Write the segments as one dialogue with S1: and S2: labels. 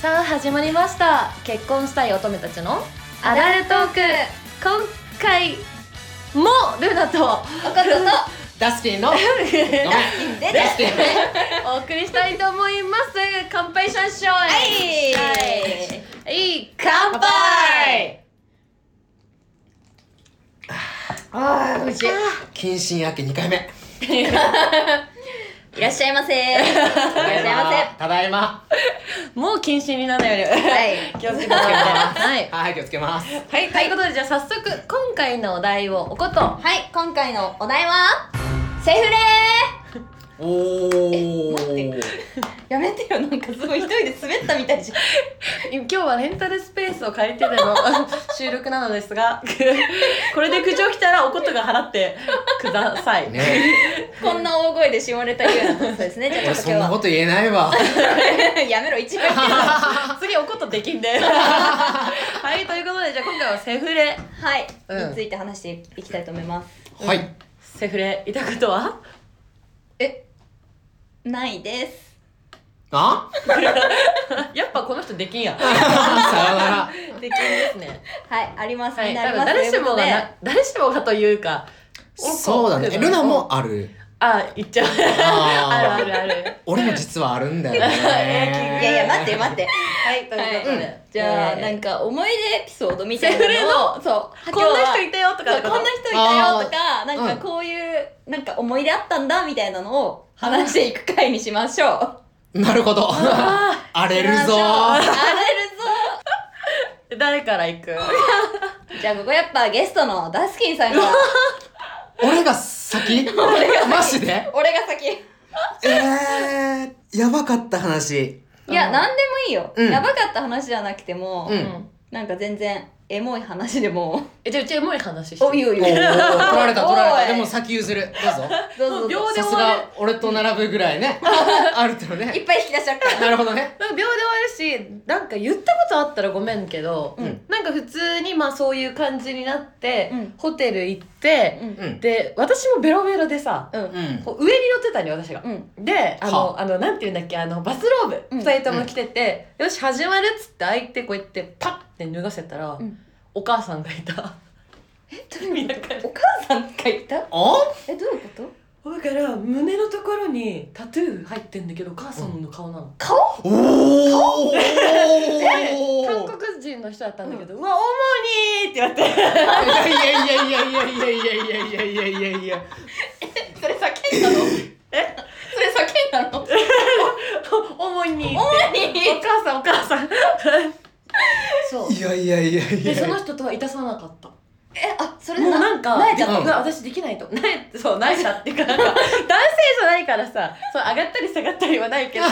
S1: さあ始まりました結婚したい乙女たちのアダルトーク今回もルナと
S2: 岡田と
S3: ダスピンのごめん
S2: で
S3: ダスピン
S1: お送りしたいと思います乾杯しましょうはいはい乾杯
S2: ああ美味しい
S3: 謹慎明け2回目い
S2: いらっしゃいませいらっしゃいま
S3: ただいま
S1: もう禁止にならないように
S2: せはい
S1: 気をつけてください
S3: は
S1: はい
S3: はい気をつけます
S1: はい、ということでじゃあ早速今回のお題をおことは
S2: はい今回のお題はセフレ
S3: おお
S2: ーやめてよなんかすごい一人で滑ったみたいじゃん
S1: 今日はレンタルスペースを借りてで の収録なのですがこれで苦情来たらおことが払ってください、
S3: ね
S2: こんな大声で下ネタ言うようなことですねじゃあちょ
S3: 俺
S2: っと
S3: そん
S2: 今
S3: な
S2: 日
S3: こと言えないわ
S2: はやめろ一番言うなは
S1: 次おことできん ではいということでじゃあ今回はセフレ
S2: い、
S1: うん
S2: について話していきたいと思います
S3: はい
S1: セフレいたことは
S2: ないです
S3: あ
S1: やっぱこの人できんや
S3: さよなら
S1: できんですね
S2: はいあります、
S1: はい
S2: みんな
S1: 多
S2: ありま
S1: 分
S2: す
S1: 誰しもが
S2: という
S1: な誰しもがというか
S3: そうだねえルナもある
S1: あ言っちゃう
S3: あー
S1: あるあるある
S3: 俺も実はあるんだよ
S2: こと
S3: ね
S2: でいやいや待って待って
S1: はいということで、
S2: はいじゃあ、
S1: えー
S2: なんか思い出エピソードみたいなのを
S1: セフレの
S2: そう
S1: こんな人
S2: い
S1: いたよとかって
S2: こ
S1: こ
S2: ん
S1: と
S2: な人いたよとかなんかこういう、なんか思い出あったんだみたいなのを話していく回にしましょう
S3: なるほど
S1: あ
S3: 荒れるぞ
S2: あ
S3: ー
S2: れるぞ
S1: ー誰から行く
S2: じゃあここやっぱゲストのダスキンさんが
S3: 俺が先マジで
S2: 俺が先い
S3: えーやばかった話
S2: や、
S1: うん
S2: なんでもいいよ、
S3: うん
S2: やばかった話じゃなくても、
S3: うん
S2: なんか全然エモい話でも
S1: えじゃあうちエモい話して
S2: おいおい
S3: お
S2: お
S3: ー
S2: い
S3: 取られた取られ
S2: おい
S3: たでも先譲るどうぞ
S2: どうぞどうぞ
S1: 秒で
S3: さす
S1: 終わる
S3: が俺と並ぶぐらいねある程度
S2: い
S3: ね
S2: っぱい引き出しちゃうから
S3: なるほどね
S1: なんか秒で終わるしなんか言ったことあったらごめんけど、
S3: うん
S1: なんか普通にまあそういう感じになって、
S2: うん
S1: ホテル行って
S2: う、ん
S3: うん
S1: で私もベロベロでさ
S2: う
S3: うんん
S1: こう上に乗ってたのよ私が
S2: う。ん
S1: であの
S3: は
S1: あのなんていうんだっけあのバスローブ、
S2: うん
S1: 二人とも着てて、よし始まるっつって開いてこうやってパッて脱がせたら、
S2: うん
S1: お母さんがい た。
S2: えどういう
S1: い
S2: こ
S1: や彼
S2: とお母さんがいた
S3: お
S2: えどういうこと
S1: だから胸のところにタトゥー入ってんだけどお母さんの顔なの。
S2: 顔
S3: おおお
S1: 韓
S3: ー
S1: 国人の人だったんだけど、うわ、主にーって言われて、
S3: いやいやいやいやいやいやいやいやいやいやいやいや
S2: それ叫んだのえそれ叫んだ の
S1: 主にーって。
S2: 主に
S1: お母さんお母さんそう
S3: いやいやいやいや
S1: でその人とは致さなかったも
S2: えあそれ
S1: う
S2: でな
S1: なんか
S2: 慣れちゃった
S1: うわ私できないとなえそう慣れちゃってから男性じゃないから さそう上がったり下がったりはないけど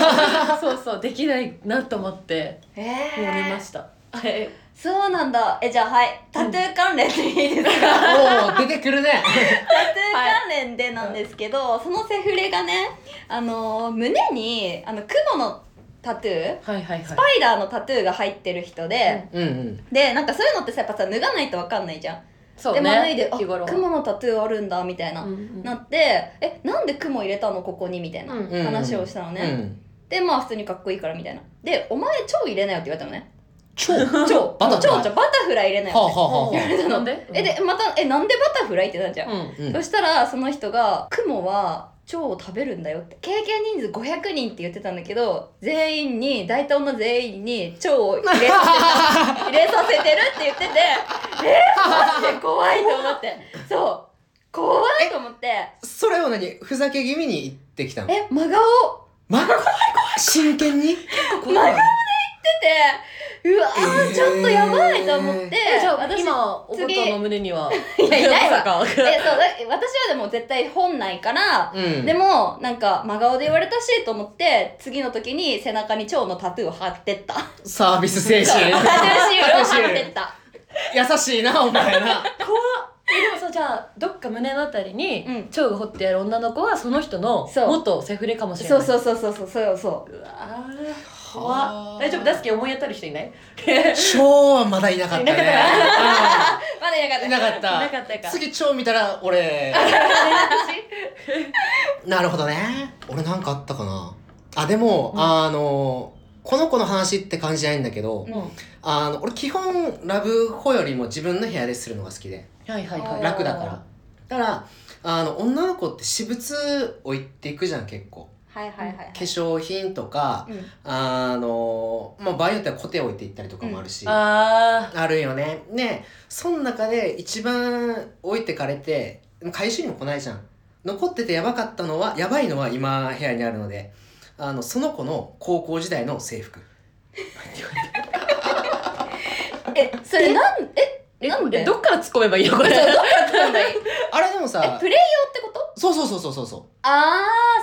S1: そうそうできないなと思って
S2: え
S1: もう
S2: ー
S1: 寝ましたはい
S2: そうなんだえじゃあはいタトゥー関連でいいですか、タト
S3: おー出てくるね
S2: ゥー関連でなんですけど、そのセフレがねあのー胸にあの雲のタトゥー
S1: はいはい
S2: スパイダーのタトゥーが入ってる人で、
S3: うんうん
S2: でなんかそういうのってさやっぱさ脱がないとわかんないじゃん、
S1: そう
S2: で
S1: ね
S2: も脱いで「あ
S1: 日頃は
S2: 雲のタトゥーあるんだ」みたいな、
S1: うんうん
S2: なって「えなんで雲入れたのここに」みたいな、
S1: うん
S3: うん
S2: 話をしたのね、
S3: うん
S2: でまあ普通にかっこいいからみたいなで「お前蝶入れなよ」って言われたのね
S3: 超
S2: 蝶
S3: バタフ
S2: 蝶
S3: ライ
S2: 々バタフライ入れな
S3: は
S2: よ
S3: あはあはあ
S1: 言われた
S2: な
S1: の
S2: ん
S1: で
S2: えでまた「えなんでバタフライ?」ってなるじゃん、
S1: うん
S3: うん
S2: そしたらその人が「クモは蝶を食べるんだよ」って経験人数500人って言ってたんだけど全員に大体女全員に蝶を入れさせた入れさせてるって言っててえー、マジで怖いと思ってそう怖いと思って
S3: それを何ふざけ気味に言ってきたの
S2: え真顔
S3: ま怖い怖い真剣に
S2: 真顔で言っててうわー、
S3: えー
S2: ちょっとやばいと思って
S1: えじゃあ
S2: 私
S1: 今おことの胸には
S2: いやい ないわ
S1: まさ
S2: え
S1: か
S2: そうだ私はでも絶対本ないから、
S3: うん
S2: でもなんか真顔で言われたしと思って次の時に背中に蝶のタトゥーを貼ってったタ
S3: サービス精
S2: トゥーシー
S3: 神
S2: ルを貼ってった
S3: 優しいなお前な
S1: 怖っえでもさじゃあどっか胸のあたりに
S2: うん
S1: 蝶が掘ってやる女の子はその人の
S2: そう
S1: 元セフレかもしれな
S2: そ
S1: いう
S2: そうそうそうそうそうそう
S1: うわー
S3: は
S1: 怖
S3: あ
S1: っ大丈夫ダスキン思い当たる人いない
S3: 超はまだいなかった
S1: い
S3: ね
S1: なかった
S2: まだいな
S3: う
S2: か
S3: ん
S2: っ
S3: い
S2: た
S3: なかった
S1: いなかったか
S3: 次超見た ら俺なるほどね俺なんかあったかなあでも、
S1: うん
S3: あのこの子の話って感じじゃないんだけ
S1: う
S3: ど、
S1: ん
S3: あの俺基本ラブホよりも自分の部屋でするのが好きで
S1: はいはいはい
S3: 楽だか
S2: あ
S3: らだからあの女の子って私物置いていくじゃん結構
S2: はいはいはい
S3: 化粧品とか
S2: うん
S3: あの、まあ、場合によってはコテ置いていったりとかもあるし、
S1: あ
S3: あるよねねその中で一番置いてかれて回収にも来ないじゃん残っててやばかったのはやばいのは今部屋にあるのであのその子の高校時代の制服
S2: えそれなんえなん
S1: ー
S2: で
S1: えどっから突っ込めばいいのこれ
S2: そ うどっから使うんだいえ
S3: あれでもさ
S2: プレイ用ってこと
S3: そうそうそうそうそうそう
S2: あー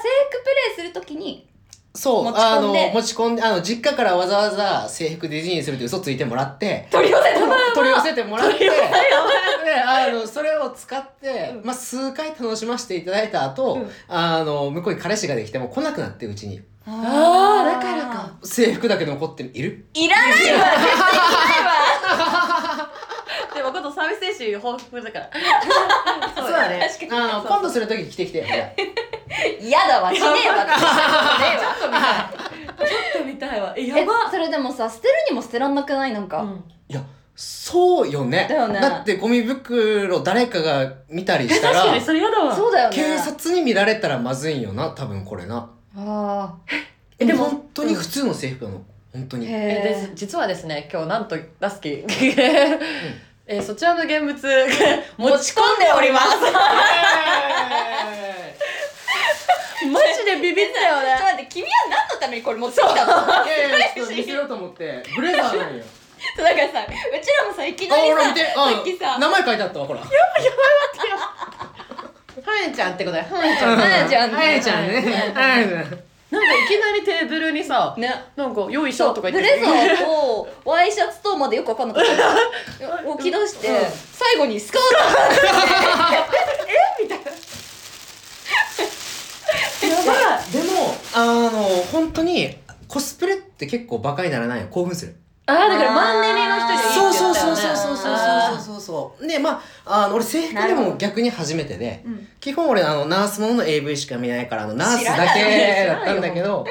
S2: 制服プレイするときに
S3: そう
S2: 持ち
S3: あ
S2: 込ん
S3: の
S2: で
S3: 持ち込んであの実家からわざわざ制服ディズニーにするって嘘ついてもらって
S2: 取り寄せたの
S3: 取り寄せてもらって
S1: 取り寄せ
S3: であのそれを使って、
S2: うん
S3: まあ、数回楽しませていただいた後、
S2: うん
S3: あの向こうに彼氏ができても来なくなってうちに
S1: あーだからか
S3: 制服だけ残っている
S2: いらないわ絶対いらないわ
S1: でもことサービス精神豊富だから
S3: そうだね
S2: 確かに
S3: あの今度する時着てきて
S2: 嫌だわしねえわ
S1: ちょっと見たいちょっと見たいわえ
S2: え
S1: やば
S2: それでもさ捨てるにも捨てらんなくないなんか、
S1: うん
S3: そうよね
S2: だよね
S3: ってゴミ袋誰かが見たりした
S1: 確
S3: ら
S1: かにそれやだわ
S2: そうだよね
S3: 警察に見られたらまずいんよな多分これな
S2: あ
S1: えでも
S3: 本当に普通の制服なの本当
S2: ー
S3: に
S1: え
S2: へ
S1: です
S2: え
S1: 実はですね今日なんとラスキー、 えーそちらの現物 持ち込んでおります マジでビビったよ
S2: ちょっと
S1: ね
S2: 待って君は何のためにこれ持ってきたのだか
S3: いやいやちょっと見せようと思ってブレザーなんよ
S2: らさうちらもさいき
S3: あ
S2: なり
S3: ほら
S2: さ
S3: 見て
S2: さっきさ
S3: あ名前書いてあったわほら
S1: ハエちゃんって ことだよハエちゃん
S2: あやちゃんね
S3: あやちゃんねあやちゃん
S1: なんかいきなりテーブルにさ
S2: ね
S1: なんか用意し
S2: そ
S1: よ
S2: う
S1: うとか
S2: ブ
S1: 言って
S2: レザ ーとワイシャツとまでよくわかんなかった起き出して、
S1: うん
S2: 最後にスカー
S1: やばい
S3: でもあの本当にコスプレって結構バカにならないよ興奮する
S1: あーだからマンネリの人にいいって
S3: そう
S1: 言
S3: そう
S1: った
S3: そ
S1: よ
S3: う
S1: ね
S3: そうそうそうそうそうそうでまああの俺制服
S2: な
S3: で
S2: るほ
S3: も
S2: ど
S3: 逆に初めてで
S2: ト、うん、
S3: 基本俺あのナースものの AV しか見ないからあのナース
S2: 知ら
S3: だ
S2: ない
S3: けだったんだけど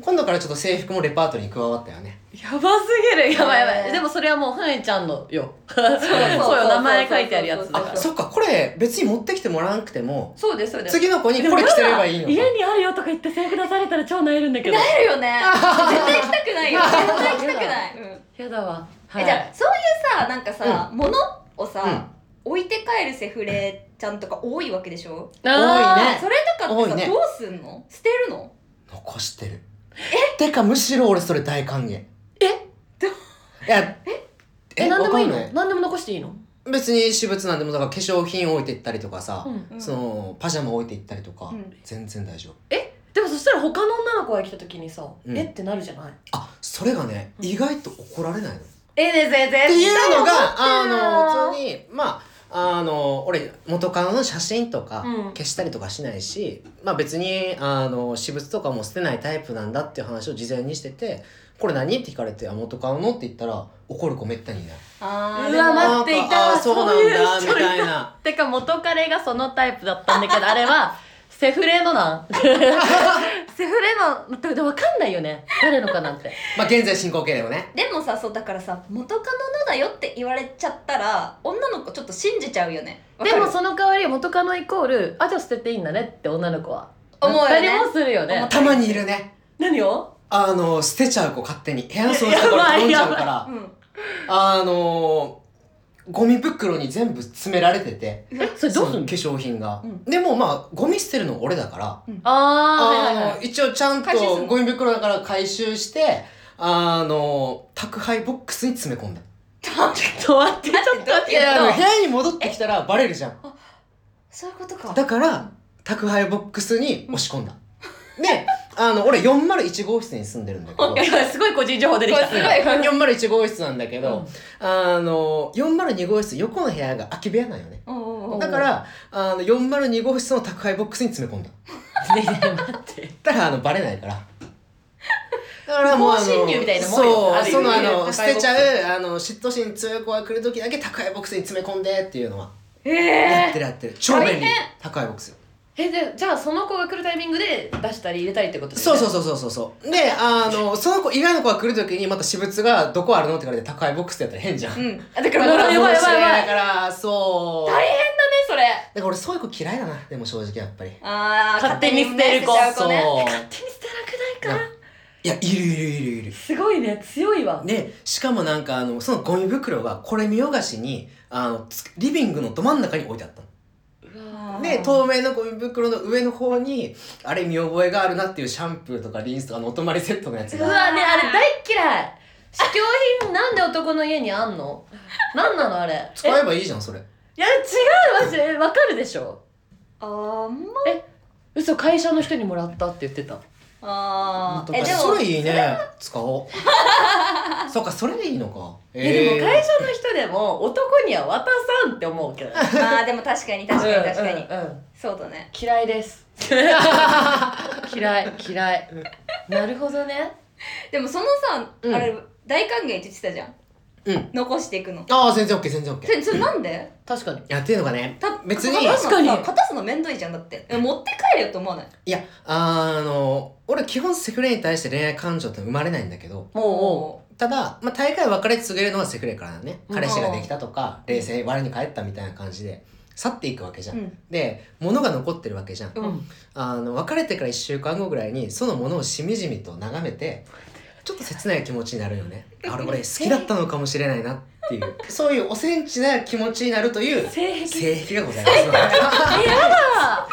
S3: 今度からちょっと制服もレパートリーに加わったよね
S1: やばすぎるやばいやば
S2: ね
S1: いでもそれはもうハエちゃんのよ
S2: そう
S1: そうよ名前書いてあるやつだから
S3: そっかこれ別に持ってきてもらわなくても
S2: そうですそうです
S3: 次の 子にこれ着せればいいのか
S1: 家にあるよとか言って制服出されたら超なえるんだけど
S2: なるよね絶対行きたくないよ絶対行きたくない、うん
S1: やだわ、
S2: えじゃあそういうさなんかさ、物をさ、置いて帰るセフレちゃんとか多いわけでしょ
S1: あー
S3: 多いね
S2: それとかって
S3: 多
S2: さ、
S3: いね
S2: どうすんの捨てるの
S3: 残してるてかむしろ俺それ大歓迎
S1: え
S3: いや
S1: え何でもいいの
S3: わかんな
S1: 何でも残していいの、
S3: 別に私物なんでもだから化粧品置いていったりとかさ、
S2: うん
S3: そのパジャマ置いていったりとか、
S2: うん
S3: 全然大丈夫
S1: でもそしたら他の女の子が来た時にさ、
S3: うん
S1: えってなるじゃない
S3: あそれがね、
S1: うん
S3: 意外と怒られないのっ
S1: えねぜぜ
S3: ていうのがあ
S1: 思
S3: の
S1: っ
S3: 普通にまああの俺元カノの写真とか
S1: うん
S3: 消したりとかしないし、まあ別にあの私物とかも捨てないタイプなんだっていう話を事前にしてて「これ何?」って聞かれて「あ元カノの?」って言ったら怒る子めったにいない。
S2: あ
S1: ーう
S2: ー
S1: わ
S2: でも
S1: 待っていた
S3: あーそうなんだ
S1: そういう人
S3: み
S1: いた
S3: たいな。
S1: てか元彼がそのタイプだったんだ けどあれはセフレの なんセフレのだってわかんないよね誰のかなんて
S3: まあ現在進行形だよね。
S2: でもさそうだからさ元カノのだよって言われちゃったら女の子ちょっと信じちゃうよねわか
S1: で
S2: る
S1: もその代 わり元カノイコールあじゃあ捨てていいんだねって女の子は
S2: 思う
S1: なっ
S2: よね
S1: たりもするよね
S3: たまにいるね。
S1: 何を
S3: あの捨てちゃう子勝手に部屋の掃除とか頼んじゃうから
S2: う。ん
S3: あのーゴミ袋に全部詰められてて
S1: えそれどうす
S3: そ
S1: ん
S3: の
S1: の
S3: 化粧品が、
S2: うん
S3: でもまあゴミ捨てるの俺だから
S1: あーはいはい
S3: あ
S1: はい
S3: の一応ちゃん
S2: 回収する
S3: とゴミ袋だから回収してあの宅配ボックスに詰め込んだ
S1: ちょっと待ってちょっと待っ
S3: い
S1: て
S3: やあの部
S1: えっ
S3: 屋に戻ってきたらバレるじゃん
S2: そういうことか
S3: だから宅配ボックスに押し込んだ、であの俺401号室に住んでるんだけ ど
S1: といやすごい個人情報出てきた
S2: これすごい
S3: 401号室なんだけど、
S1: うん
S3: あの402号室横の部屋が空き部屋なんよね
S2: うんうんうん
S3: だからあの402号室の宅配ボックスに詰め込んだ
S1: ねえねえ待って
S3: だからあのバレな いからだからもうあの
S1: 不法侵入みたいなもんよあ
S3: そう
S1: る意味
S3: その
S1: 宅配
S3: あ
S1: ボッ
S3: の
S1: クス
S3: 捨てちゃうあの嫉妬心強い子が来る時だけ宅配ボックスに詰め込んでっていうのは
S2: え
S3: や
S2: え
S3: ってるやってる超便
S2: 大
S3: 利
S2: 変
S3: 宅配ボックスよ
S1: えでじゃあその子が来るタイミングで出したり入れたりってことです
S3: そうそう
S1: う
S3: そうそうそうそうであのその子以外の子が来る時にまた私物が「どこあるの?」って言われて宅配ボックスってやったら変じゃん、
S2: うんあだか
S1: やば
S2: ら
S1: いやばいやばい
S3: だからそう
S2: 大変だねそれ
S3: だから俺そういう子嫌いだなでも正直やっぱり
S2: あー
S1: 勝手に捨てる子
S2: 勝手に捨てちゃう子ね
S3: そう
S1: 手に捨てなくないか
S3: いやいるいるいるいる
S1: すごいね強いわ
S3: でしかもなんかあのそのゴミ袋がこれ見よがしにあのつリビングのど真ん中に置いてあったの
S2: あー
S3: で透明のゴミ袋の上の方にあれ見覚えがあるなっていうシャンプーとかリンスとかのお泊まりセットのやつ
S1: う
S3: が
S1: わねあれ大っ嫌い試供品なんで男の家にあん のなんなのあれ
S3: 使
S1: え
S3: えばいいじゃんそれ
S1: いや違うマジでわかるでしょ
S2: あーんま
S1: 嘘会社の人にもらったって言ってた
S2: あー
S1: え
S2: えでも
S3: それいいね使お うそっかそれでいいのか
S1: えでも会
S3: え
S1: 社の人でも男には渡さんって思うけど確
S2: まあでも確かに確かに確かに、そうだね
S1: 嫌いです 嫌い嫌いなるほどね
S2: でもそのさ、
S3: うん
S2: あれ大歓迎って言ってたじゃん
S3: ーうん
S2: 残していくの
S3: ああ全然 OK 全然 OK い
S2: それそれなんで
S1: 確かに
S3: やっていうのがね
S2: た
S3: 別に
S2: 片す
S1: 確
S2: の
S1: かに
S2: さ片すの面倒いじゃんだってえ持って帰れよって思わない
S3: いやあの俺基本セフレに対して恋愛感情って生まれないんだけど
S1: もうも
S3: ただ、まあ、大概別れ告げるのはセフレからだね
S1: うん
S3: 彼氏ができたとか冷静我に返ったみたいな感じで去っていくわけじゃん、
S2: うん
S3: で物が残ってるわけじゃん
S1: う、
S2: うん
S1: うん
S3: あの別れてから1週間後ぐらいにそのものをしみじみと眺めてちょっと切ない気持ちになるよねあれ俺好きだったのかもしれないなっていうそういうおセンチな気持ちになるという
S1: 性癖
S3: 性癖がございます
S1: あ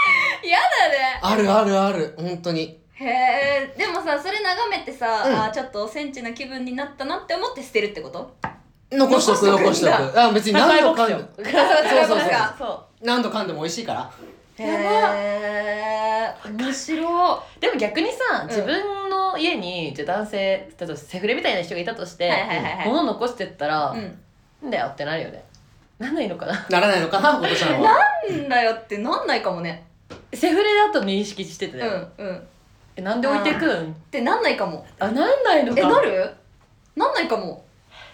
S2: 嫌だね
S3: あるあるある本当に
S2: へえでもさそれ眺めてさ、
S3: うん
S2: あーちょっとセンチな気分になったなって思って捨てるってこと
S3: 残しとく残
S2: 残
S3: し
S2: し
S3: と
S2: と
S3: く
S2: くんだ
S3: あ別に何度噛んでも
S1: そう
S2: そうそう そう
S1: そう
S3: 何度噛んでも美味しいから
S2: へ
S1: やば
S2: え面白
S1: でも逆にさ
S2: ん
S1: 自分の家にじゃあ男性例えばセフレみたいな人がいたとして、
S2: はいはいはいはい
S1: 物残してったら、
S2: い、
S1: なんだよってなるよねなんないのかな
S3: ならないのかな今年は
S2: うん、なんだよってなんないかもね
S1: セフレだと認識してた
S2: う
S1: よ、
S2: んうんっ
S1: えなんで置いてくん
S2: てなんないかも
S1: あなんないのか
S2: え なるなんないかも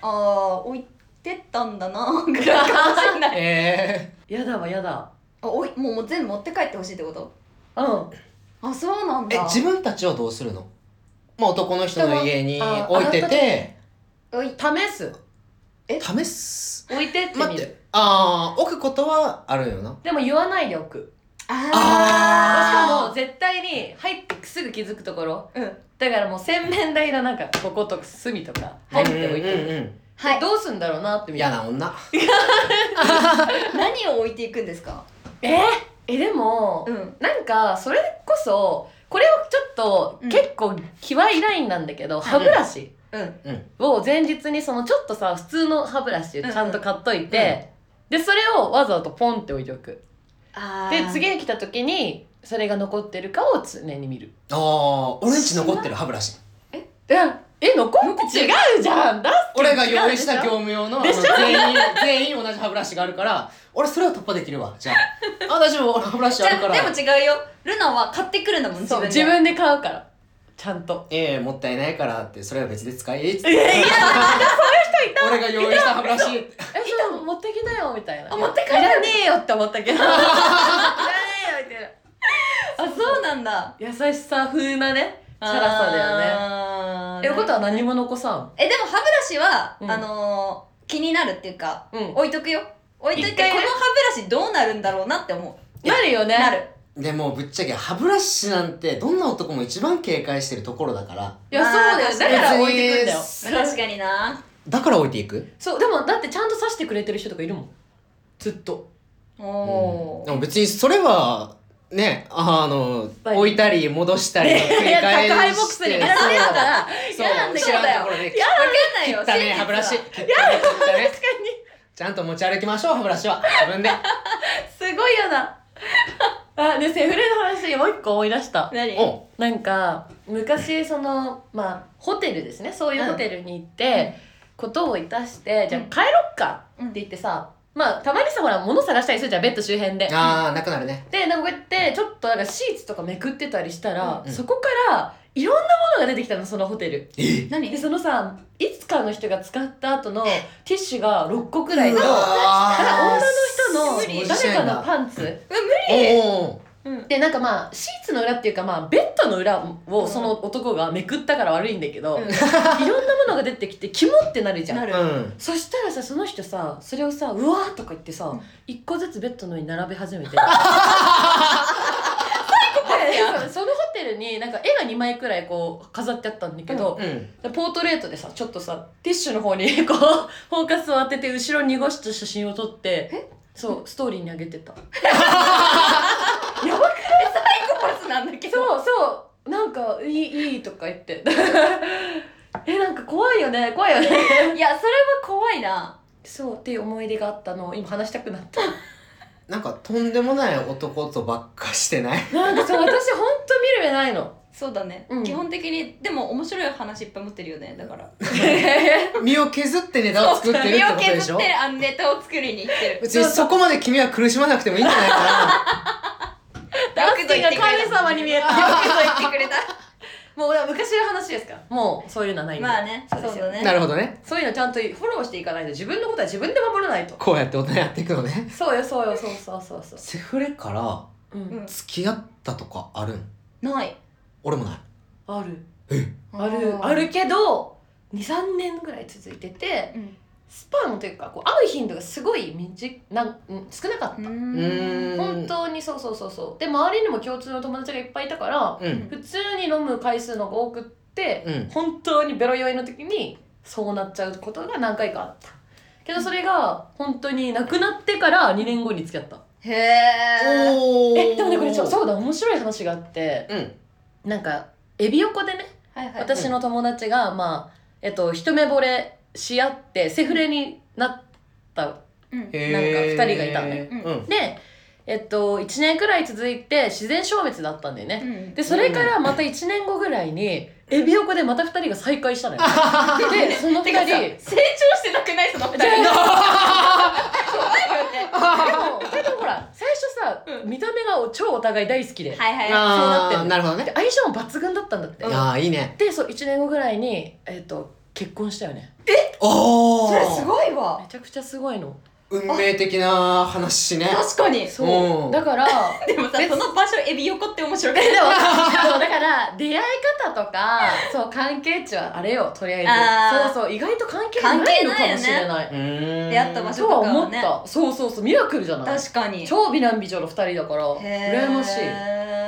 S2: ああ置いてったんだなぐらいかもしれない
S3: え
S1: やだわやだ
S2: あおいもうもう全部持って帰ってほしいってこと
S1: うん
S2: あそうなん
S3: ー、
S2: だ
S3: え自分たちはどうするのまあ男の人の家に
S1: 人はあ
S3: 置いてて
S2: おい
S1: 試す
S3: 試す
S1: 置いてって
S3: 待
S1: み
S3: っ
S1: る
S3: てああ置くことはあるよな
S1: でも言わないで置くし
S3: あ
S1: かも絶対に入ってすぐ気づくところ
S2: ーうん
S1: だからもう洗面台のなんかこことか隅とか入って置いてる、
S3: うんうんうん
S2: はい
S1: どうすんだろうなって見る
S3: 嫌な女
S2: 何を置いていくんですか
S1: ええでも、
S2: うん
S1: なんかそれこそこれをちょっと、
S2: うん
S1: 結構キワイラインなんだけど歯ブラシ
S2: うん
S1: を前日にそのちょっとさ普通の歯ブラシちゃんと買っといて、でそれをわざとポンって置いておく
S2: あ
S1: で次に来た時にそれが残ってるかを常に見る
S3: ああ俺んち残ってる歯ブラシ
S1: ええ残って違うじゃんだ
S3: 俺が用意した業
S1: 今日
S3: 務用のあの
S1: でしょ
S3: 全員全員同じ歯ブラシがあるから俺それは突破できるわじゃああ大丈夫俺歯ブラシ
S2: じ
S3: ある
S2: ゃ
S3: から
S2: でも違うよルナは買ってくるんだもん自
S1: そう
S2: 分で
S1: 自分で買うからちゃんと
S3: ええもったいないからってそれは別で使えっつって
S1: いやいや
S3: 俺が用意した歯ブラシ
S1: えそう持ってきなよみたいな
S2: あ持って帰
S1: い
S2: る
S1: らねえよって思ったけど いらねえよみたいな
S2: あそうなんだ
S1: 優しさ風なねチャラさだよね
S2: よ
S1: えことは何も残さん
S2: えでも歯ブラシは、
S1: うん
S2: あのー気になるっていうか
S1: うん
S2: 置いとくよ置いといて
S1: 一
S2: この
S1: 回
S2: 歯
S1: ね
S2: ブラシどうなるんだろうなって思
S1: なるよ
S2: う
S1: ね
S2: なる
S3: でもぶっちゃけ歯ブラシなんてどんな男も一番警戒してるところだから
S1: いやそうだよだから置いてくんだよ
S3: 別
S2: 確かにな
S3: だから置いていく
S1: そうでもだってちゃんと刺してくれてる人とかいるもんずっと
S2: お
S3: で
S2: お
S3: も別にそれはねあの
S1: はい
S3: 置いたり戻したりの繰り返し
S1: いや宅配ボックスに
S3: そう
S1: いやそれやだ
S2: か
S3: そ
S2: ら
S3: う
S2: 嫌なんだけど
S3: 知らんところで
S2: やわかんない
S3: 切
S2: よ
S3: った
S2: 真実
S3: ね
S2: は
S3: 歯ブラシ切ったね切ったねちゃんと持ち歩きましょう歯ブラシは自分で
S1: すごい嫌だ あねセフレの話でもう一個思い出した
S2: 何
S3: おう
S1: なんか昔そのまあホテルですねそういうホテルに行って、ことをいたして、じゃあ帰ろっか
S2: うん
S1: って言ってさまあたまにさほら物探したりするじゃんベッド周辺で。
S3: ああなくなるね
S1: でなんかこうやってちょっとなんかシーツとかめくってたりしたら、
S3: うん
S1: そこからいろんなものが出てきたのそのホテル。
S3: え
S2: 何
S1: でそのさいつかの人が使った後の ティッシュが6個くらいの
S3: うわ
S1: だ
S3: ー
S1: から女の人の
S3: 掃除し
S1: 誰か
S3: ないんだ
S1: のパンツ
S2: 無理
S3: おうおう
S2: うん
S1: でなんかまあシーツの裏っていうかまあベッドの裏をその男がめくったから悪いんだけど、
S2: うん
S1: いろんなものが出てきてキモってなるじゃん
S2: なる
S3: うん
S1: そしたらさその人さそれをさ「うわー」とか言ってさ、
S2: うん
S1: 一個ずつベッドの上に並べ始めてそうそのホテルになんか絵が2枚くらいこう飾ってあったんだけど、
S3: うん
S1: ポートレートでさちょっとさティッシュの方にこう フォーカスを当てて後ろに濁した写真を撮ってそうストーリーにあげてた やばく
S2: パスなんだけど
S1: そうそうなんかいいいいとか言って えなんか怖いよね怖いよね
S2: いやそれは怖いな
S1: そうっていう思い出があったのを今話したくなった
S3: なんかとんでもない男とばっかしてない
S1: なんかそう私ほんと見る目ないの
S2: そうだね、
S1: うん
S2: 基本的にでも面白い話いっぱい持ってるよねだから
S3: 身を削ってネタを作ってるって
S2: 身を
S3: ことでし
S2: 削っ
S3: ょ
S2: てあのネタを作りに行ってる
S3: 別にそこまで君は苦しまなくてもいいんじゃないかな
S1: ダンスが神様に見えた
S2: よくぞ言ってくれた
S1: もう昔の話ですからもうそういうのはないんで
S2: まあね
S1: そ
S2: そうう
S1: ですよ
S2: だね
S3: なるほどね
S1: そういうのちゃんとフォローしていかないと自分のことは自分で守らないと
S3: こうやって大人やっていくのね
S1: そうよそうよそうそうそうそう
S3: セフレから
S1: うん、
S2: うん
S3: 付き合ったとかあるん
S2: ない
S3: 俺もない
S1: あるあ
S2: あ
S1: る
S2: ー
S1: あるけど23年ぐらい続いてて
S2: うん
S1: スパンというかこう会う頻度がすごい短なんうん少なかった、
S3: うーん
S1: 本当にそうそうそうそうで周りにも共通の友達がいっぱいいたから
S3: うん
S1: 普通に飲む回数の方が多くって、
S3: うん
S1: 本当にベロ酔いの時にそうなっちゃうことが何回かあったけどそれが本当になくなってから2年後に付き合った
S2: へえ
S3: おー
S1: えでもねこれちょそうだ面白い話があって
S3: うん
S1: なんかエビ横でね
S2: はいはい
S1: 私の友達がまあえっと一目惚れし合ってセフレになった
S2: う
S1: な
S2: ん
S1: んか二人がいたのね
S3: へー
S2: う
S1: でえっと1年くらい続いて自然消滅だったんだよね
S2: うん
S1: でそれからまた1年後ぐらいにエビ横でまた2人が再会したのよでその2
S2: てかさ
S1: 人
S2: 成長してなくないその二人
S1: じゃで
S2: 怖いよね
S1: もでもほら最初さ、
S2: うん
S1: 見た目が超お互い大好きで、
S2: はいはいは
S1: なってる
S3: ああなるほどね
S1: で相性も抜群だったんだって、
S3: いやーいいね
S1: でそう1年後ぐらいに、えっと結婚したよね
S3: おお
S2: いそれすごいわ
S1: めちゃくちゃすごいの
S3: 運命的な話ね
S2: 確かに
S1: そう
S3: うん
S1: だから
S2: でもさ
S1: 別
S2: その場所エビ横って面白くな
S1: え
S2: い
S1: でもそうだから出会い方と かそう関係値はあれよとりあえ
S2: あー
S1: ずそうそう意外と関係ないのかもしれない
S3: 出
S2: 出会った場所
S1: とは
S2: そうか
S1: 思
S2: も
S1: っ
S2: ね
S1: た、そうそうそうミラクルじゃない
S2: 確かに
S1: 超美男美女の2人だから
S2: へー
S1: 羨ましい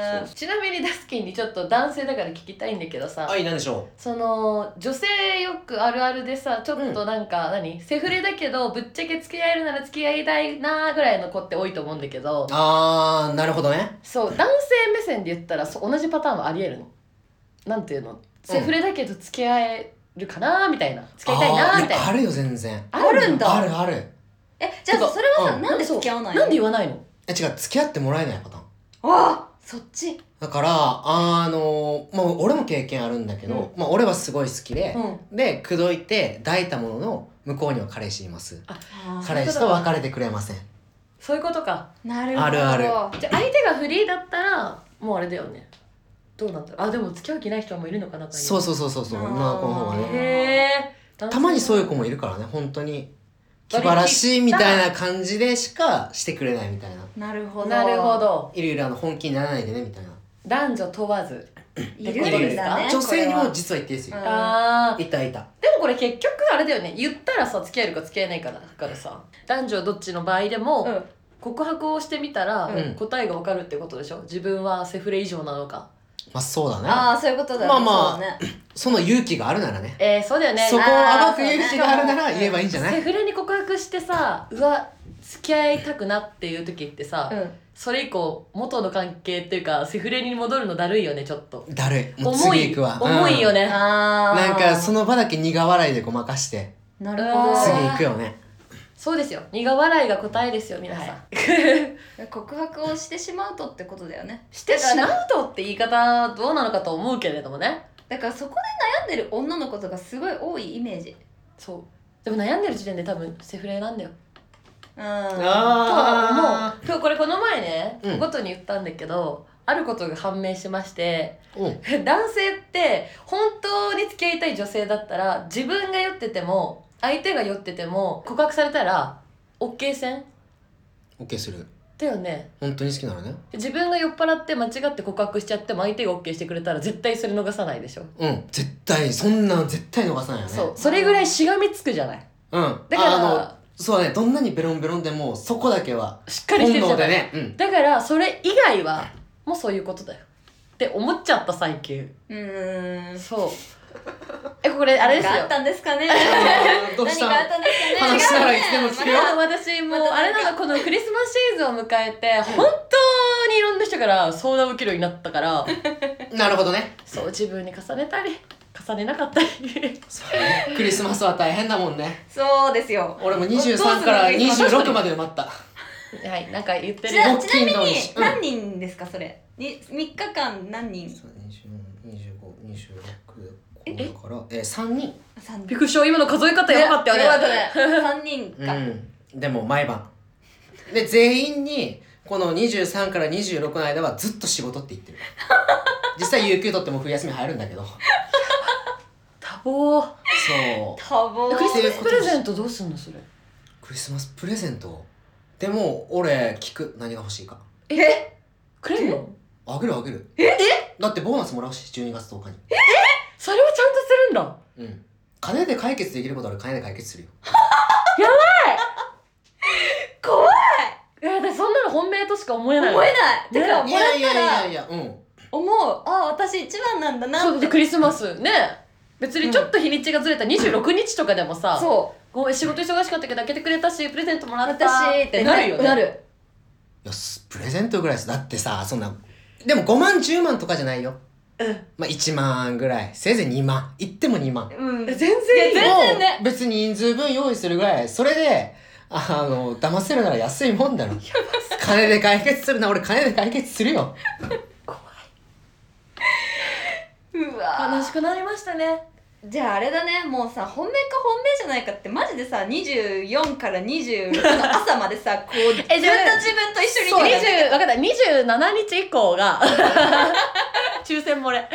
S1: そうちなみにダスキンにちょっと男性だから聞きたいんだけどさ
S3: はいなんでしょ
S1: その女性よくあるあるでさちょっとなんか、何セフレだけどぶっちゃけ付き合えるなら付き合いたいなーぐらいの子って多いと思うんだけど
S3: うああなるほどね
S1: そう男性目線で言ったらそう同じパターンはありえるのなんていうのセフレだけど付き合えるかなーみたいな付き合いたいなーみたい
S3: あー
S1: な
S3: やあるよ全然
S1: あるんだ
S3: あるある
S2: えじゃあそれは
S3: う
S2: さ
S3: ん
S2: なんで付き合わないの
S1: なんで言わないの
S3: え違う付き合ってもらえないパターン
S2: わあそっち
S3: だからあのまあ俺も経験あるんだけど、まあ、俺はすごい好きで、
S1: うん
S3: で口説いて抱いたものの向こうには彼氏います
S1: そういうこ
S3: 彼
S1: と
S3: 氏と別れてくれません
S1: そういうことか
S2: なるほど
S3: あるある
S1: じゃあ相手がフリーだったらもうあれだよねどうなんだろうあでも付き合う気ない人もいるのかな
S3: そう
S1: そ
S3: そうそうそうそう
S2: あー
S3: 女の子の方はね
S1: へえ
S3: たまにそういう
S1: う
S3: 子もいるからね本当に気晴らしいみたいな感じでしかしてくれないみたいな
S2: なるほど
S1: なるほど
S3: いろいろあの本気にならないでねみたいな
S1: 男女問わず
S2: い
S1: いる
S2: る
S1: ん
S2: ん
S1: だ
S2: だ
S1: ね
S2: ね
S3: 女性にも実は言っていいですよ
S2: うん
S1: あー
S3: いたいた
S1: でもこれ結局あれだよね言ったらさ付き合えるか付き合えないかだからさ男女どっちの場合でも、
S2: うん
S1: 告白をしてみたら、
S3: うん
S1: 答えがわかるってことでしょ自分はセフレ以上なのか
S3: まあそうだね
S2: ああそういうことだね
S3: まあまあ
S2: そうだね
S3: その勇気があるならね
S1: えー、そうだよね
S3: そこを暴く勇気があるな
S2: あ
S3: ら
S2: ーそうね
S3: 言えばいいんじゃな
S1: セ
S3: い
S1: フレに告白してさうわ付き合いたくなっていう時ってさ、
S2: うん
S1: それ以降元の関係っていうかセフレに戻るのだるいよねちょっと
S3: だるいもう
S1: 重
S3: 次
S1: い
S3: 行くわ
S1: 重いよ
S3: ね
S1: ね、
S2: ああ
S3: なんかその場だけ苦笑いでごまかして
S2: なるほ
S1: あー
S3: 次
S1: す
S2: ど
S3: 行くよね
S1: そうですよ苦笑いが答えですよ皆さん、
S2: は告白をしてしまうとってことだよね
S1: してしまうとって言い方どうなのかと思うけれどもね
S2: だからそこで悩んでる女の子とかすごい多いイメージ
S1: そうでも悩んでる時点で多分セフレなんだよ
S2: う
S1: と
S2: ん
S1: は
S3: あ
S1: 思う今日これこの前ね、
S3: うん
S1: ごとに言ったんだけどあることが判明しまして
S3: あうん
S1: 男性って本当に付き合いたい女性だったら自分が酔ってても相手が酔ってても告白されたら OK 戦
S3: OK する
S1: だよね
S3: 本当に好きなのね
S1: 自分が酔っ払って間違って告白しちゃっても相手が OK してくれたら絶対それ逃さないでしょ、
S3: うん絶対そんなん絶対逃さないよね
S1: そうそれぐらいしがみつくじゃない
S3: うん
S1: だから
S3: あのそうだねどんなにベロンベロンでもそこだけは
S1: しっかりして
S3: 本
S1: るじ
S3: 能
S1: ゃな
S3: で
S1: い、
S3: ねうん
S1: だからそれ以外はもうそういうことだよって思っちゃった最近
S2: うーん
S1: そうえこれあれですよ
S2: 何があったんですかね
S3: どうし
S2: 何
S3: た
S2: があったんですかね
S3: 話しながらいつでも聞くよ
S1: でも私もうあれなのこのクリスマスシーズンを迎えて本当にいろんな人から相談を受けるようになったから
S3: なるほどね
S1: そう自分に重ねたり重ねなかったり
S3: そうねクリスマスは大変だもんね
S2: そうですよ
S3: 俺も23から
S2: どうするの
S3: 26まで埋まった
S1: はいなんか言ってる
S2: ち
S1: よ
S2: な
S3: 木
S2: ちな
S3: 金
S2: み
S3: 土
S2: に
S3: 日うん
S2: 何人ですかそれに3日間何人
S3: 242526だからえ3人
S2: 3
S1: び
S2: 人
S1: っくりした今の数え方やばかったよね
S2: 3人か、
S3: うんでも毎晩で全員にこの23から26の間はずっと仕事って言って る実際有給取っても冬休み入るんだけど
S1: 多忙
S3: そう
S2: 多忙
S1: クリスマスプレゼントどうすんのそれ
S3: クリスマスプレゼントでも俺聞く何が欲しいか
S2: え
S1: くれんの
S3: あげるあげる
S2: え
S3: だってボーナスもらうし12月10日に
S1: それはちゃんとするんだ
S3: うん金で解決できることは俺金で解決するよ
S2: 怖い
S1: いやだってそんなの本命としか思えない
S2: 思えないて
S1: ね
S2: かも
S3: い
S2: らっ
S3: やいやい
S2: た
S3: や
S2: ら
S3: いやうん
S2: 思うあ私一番なんだな
S1: そ
S2: っ
S1: うで
S2: て
S1: クリスマスね別にちょっと日にちがずれた26日とかでもさ
S2: そ
S1: ごめん仕事忙しかったけど開けてくれたしプレゼントもら
S2: う
S1: っ
S2: 私
S1: た
S2: って
S1: なるよね
S2: なる
S3: いやすプレゼントぐらいですだってさそんなでも5万10万とかじゃないよ
S1: うん
S3: まあ1万ぐらいせいぜい2万言っても2万
S2: うん
S1: 全
S2: 然い
S1: 然
S2: い然ね
S3: もう別に人数分用意するぐらいそれであの騙せるなら安いもんだろ金で解決するな俺金で解決するよ
S2: うわ
S1: 悲しくなりましたね
S2: じゃああれだねもうさ本命か本命じゃないかってマジでさ24から26の朝までさこうずっ と
S1: え
S2: 自
S1: じゃあ
S2: 分と一緒に
S1: そう
S2: いて
S1: 20分かった27日以降が 抽選漏れ
S2: 抽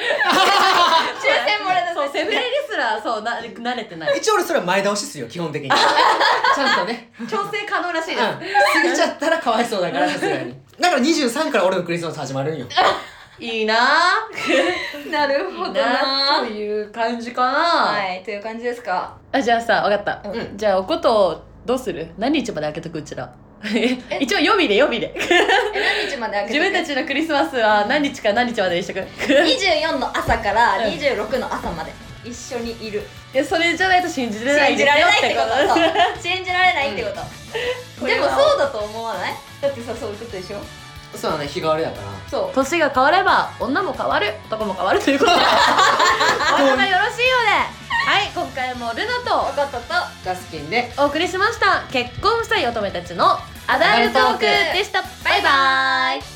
S2: 選もらえた
S1: そうセフレですらそうな慣れてない
S3: 一応俺それは前倒しするよ基本的にちゃんとね、
S1: 調整可能らしい
S3: うん、
S1: です、
S3: 過ぎちゃったらかわいそうだからさすがにだから23から俺のクリスマス始まるんよ
S1: いいなぁ
S2: なるほどな
S1: という感じかな、
S2: はいという感じですか
S1: あじゃあさ分かった、
S3: うん
S1: じゃあおことをどうする何日まで開けとくうちら 一応予備で予備で
S2: え何日まで開け
S1: 自分たちのクリスマスは何日から何日までにしとく
S2: 24の朝から
S1: うん
S2: 26の朝まで一緒にいる
S1: いやそれじゃないと信じれない
S2: 信じられないってこと
S1: で
S2: そう信じられないってこと、
S1: こ
S2: で
S1: れ
S2: も
S1: は
S2: そうだと思わないだってさそういうことでしょ
S3: そうだね日替わりだから
S2: そう
S1: 年が変われば女も変わる男も変わるということ でお後がよろしいようではい今回もル
S2: 分
S1: ナ
S2: かったと
S3: ガスキンで
S1: とお送りしました結婚したい乙女たちのアダルトークでしたバイバイ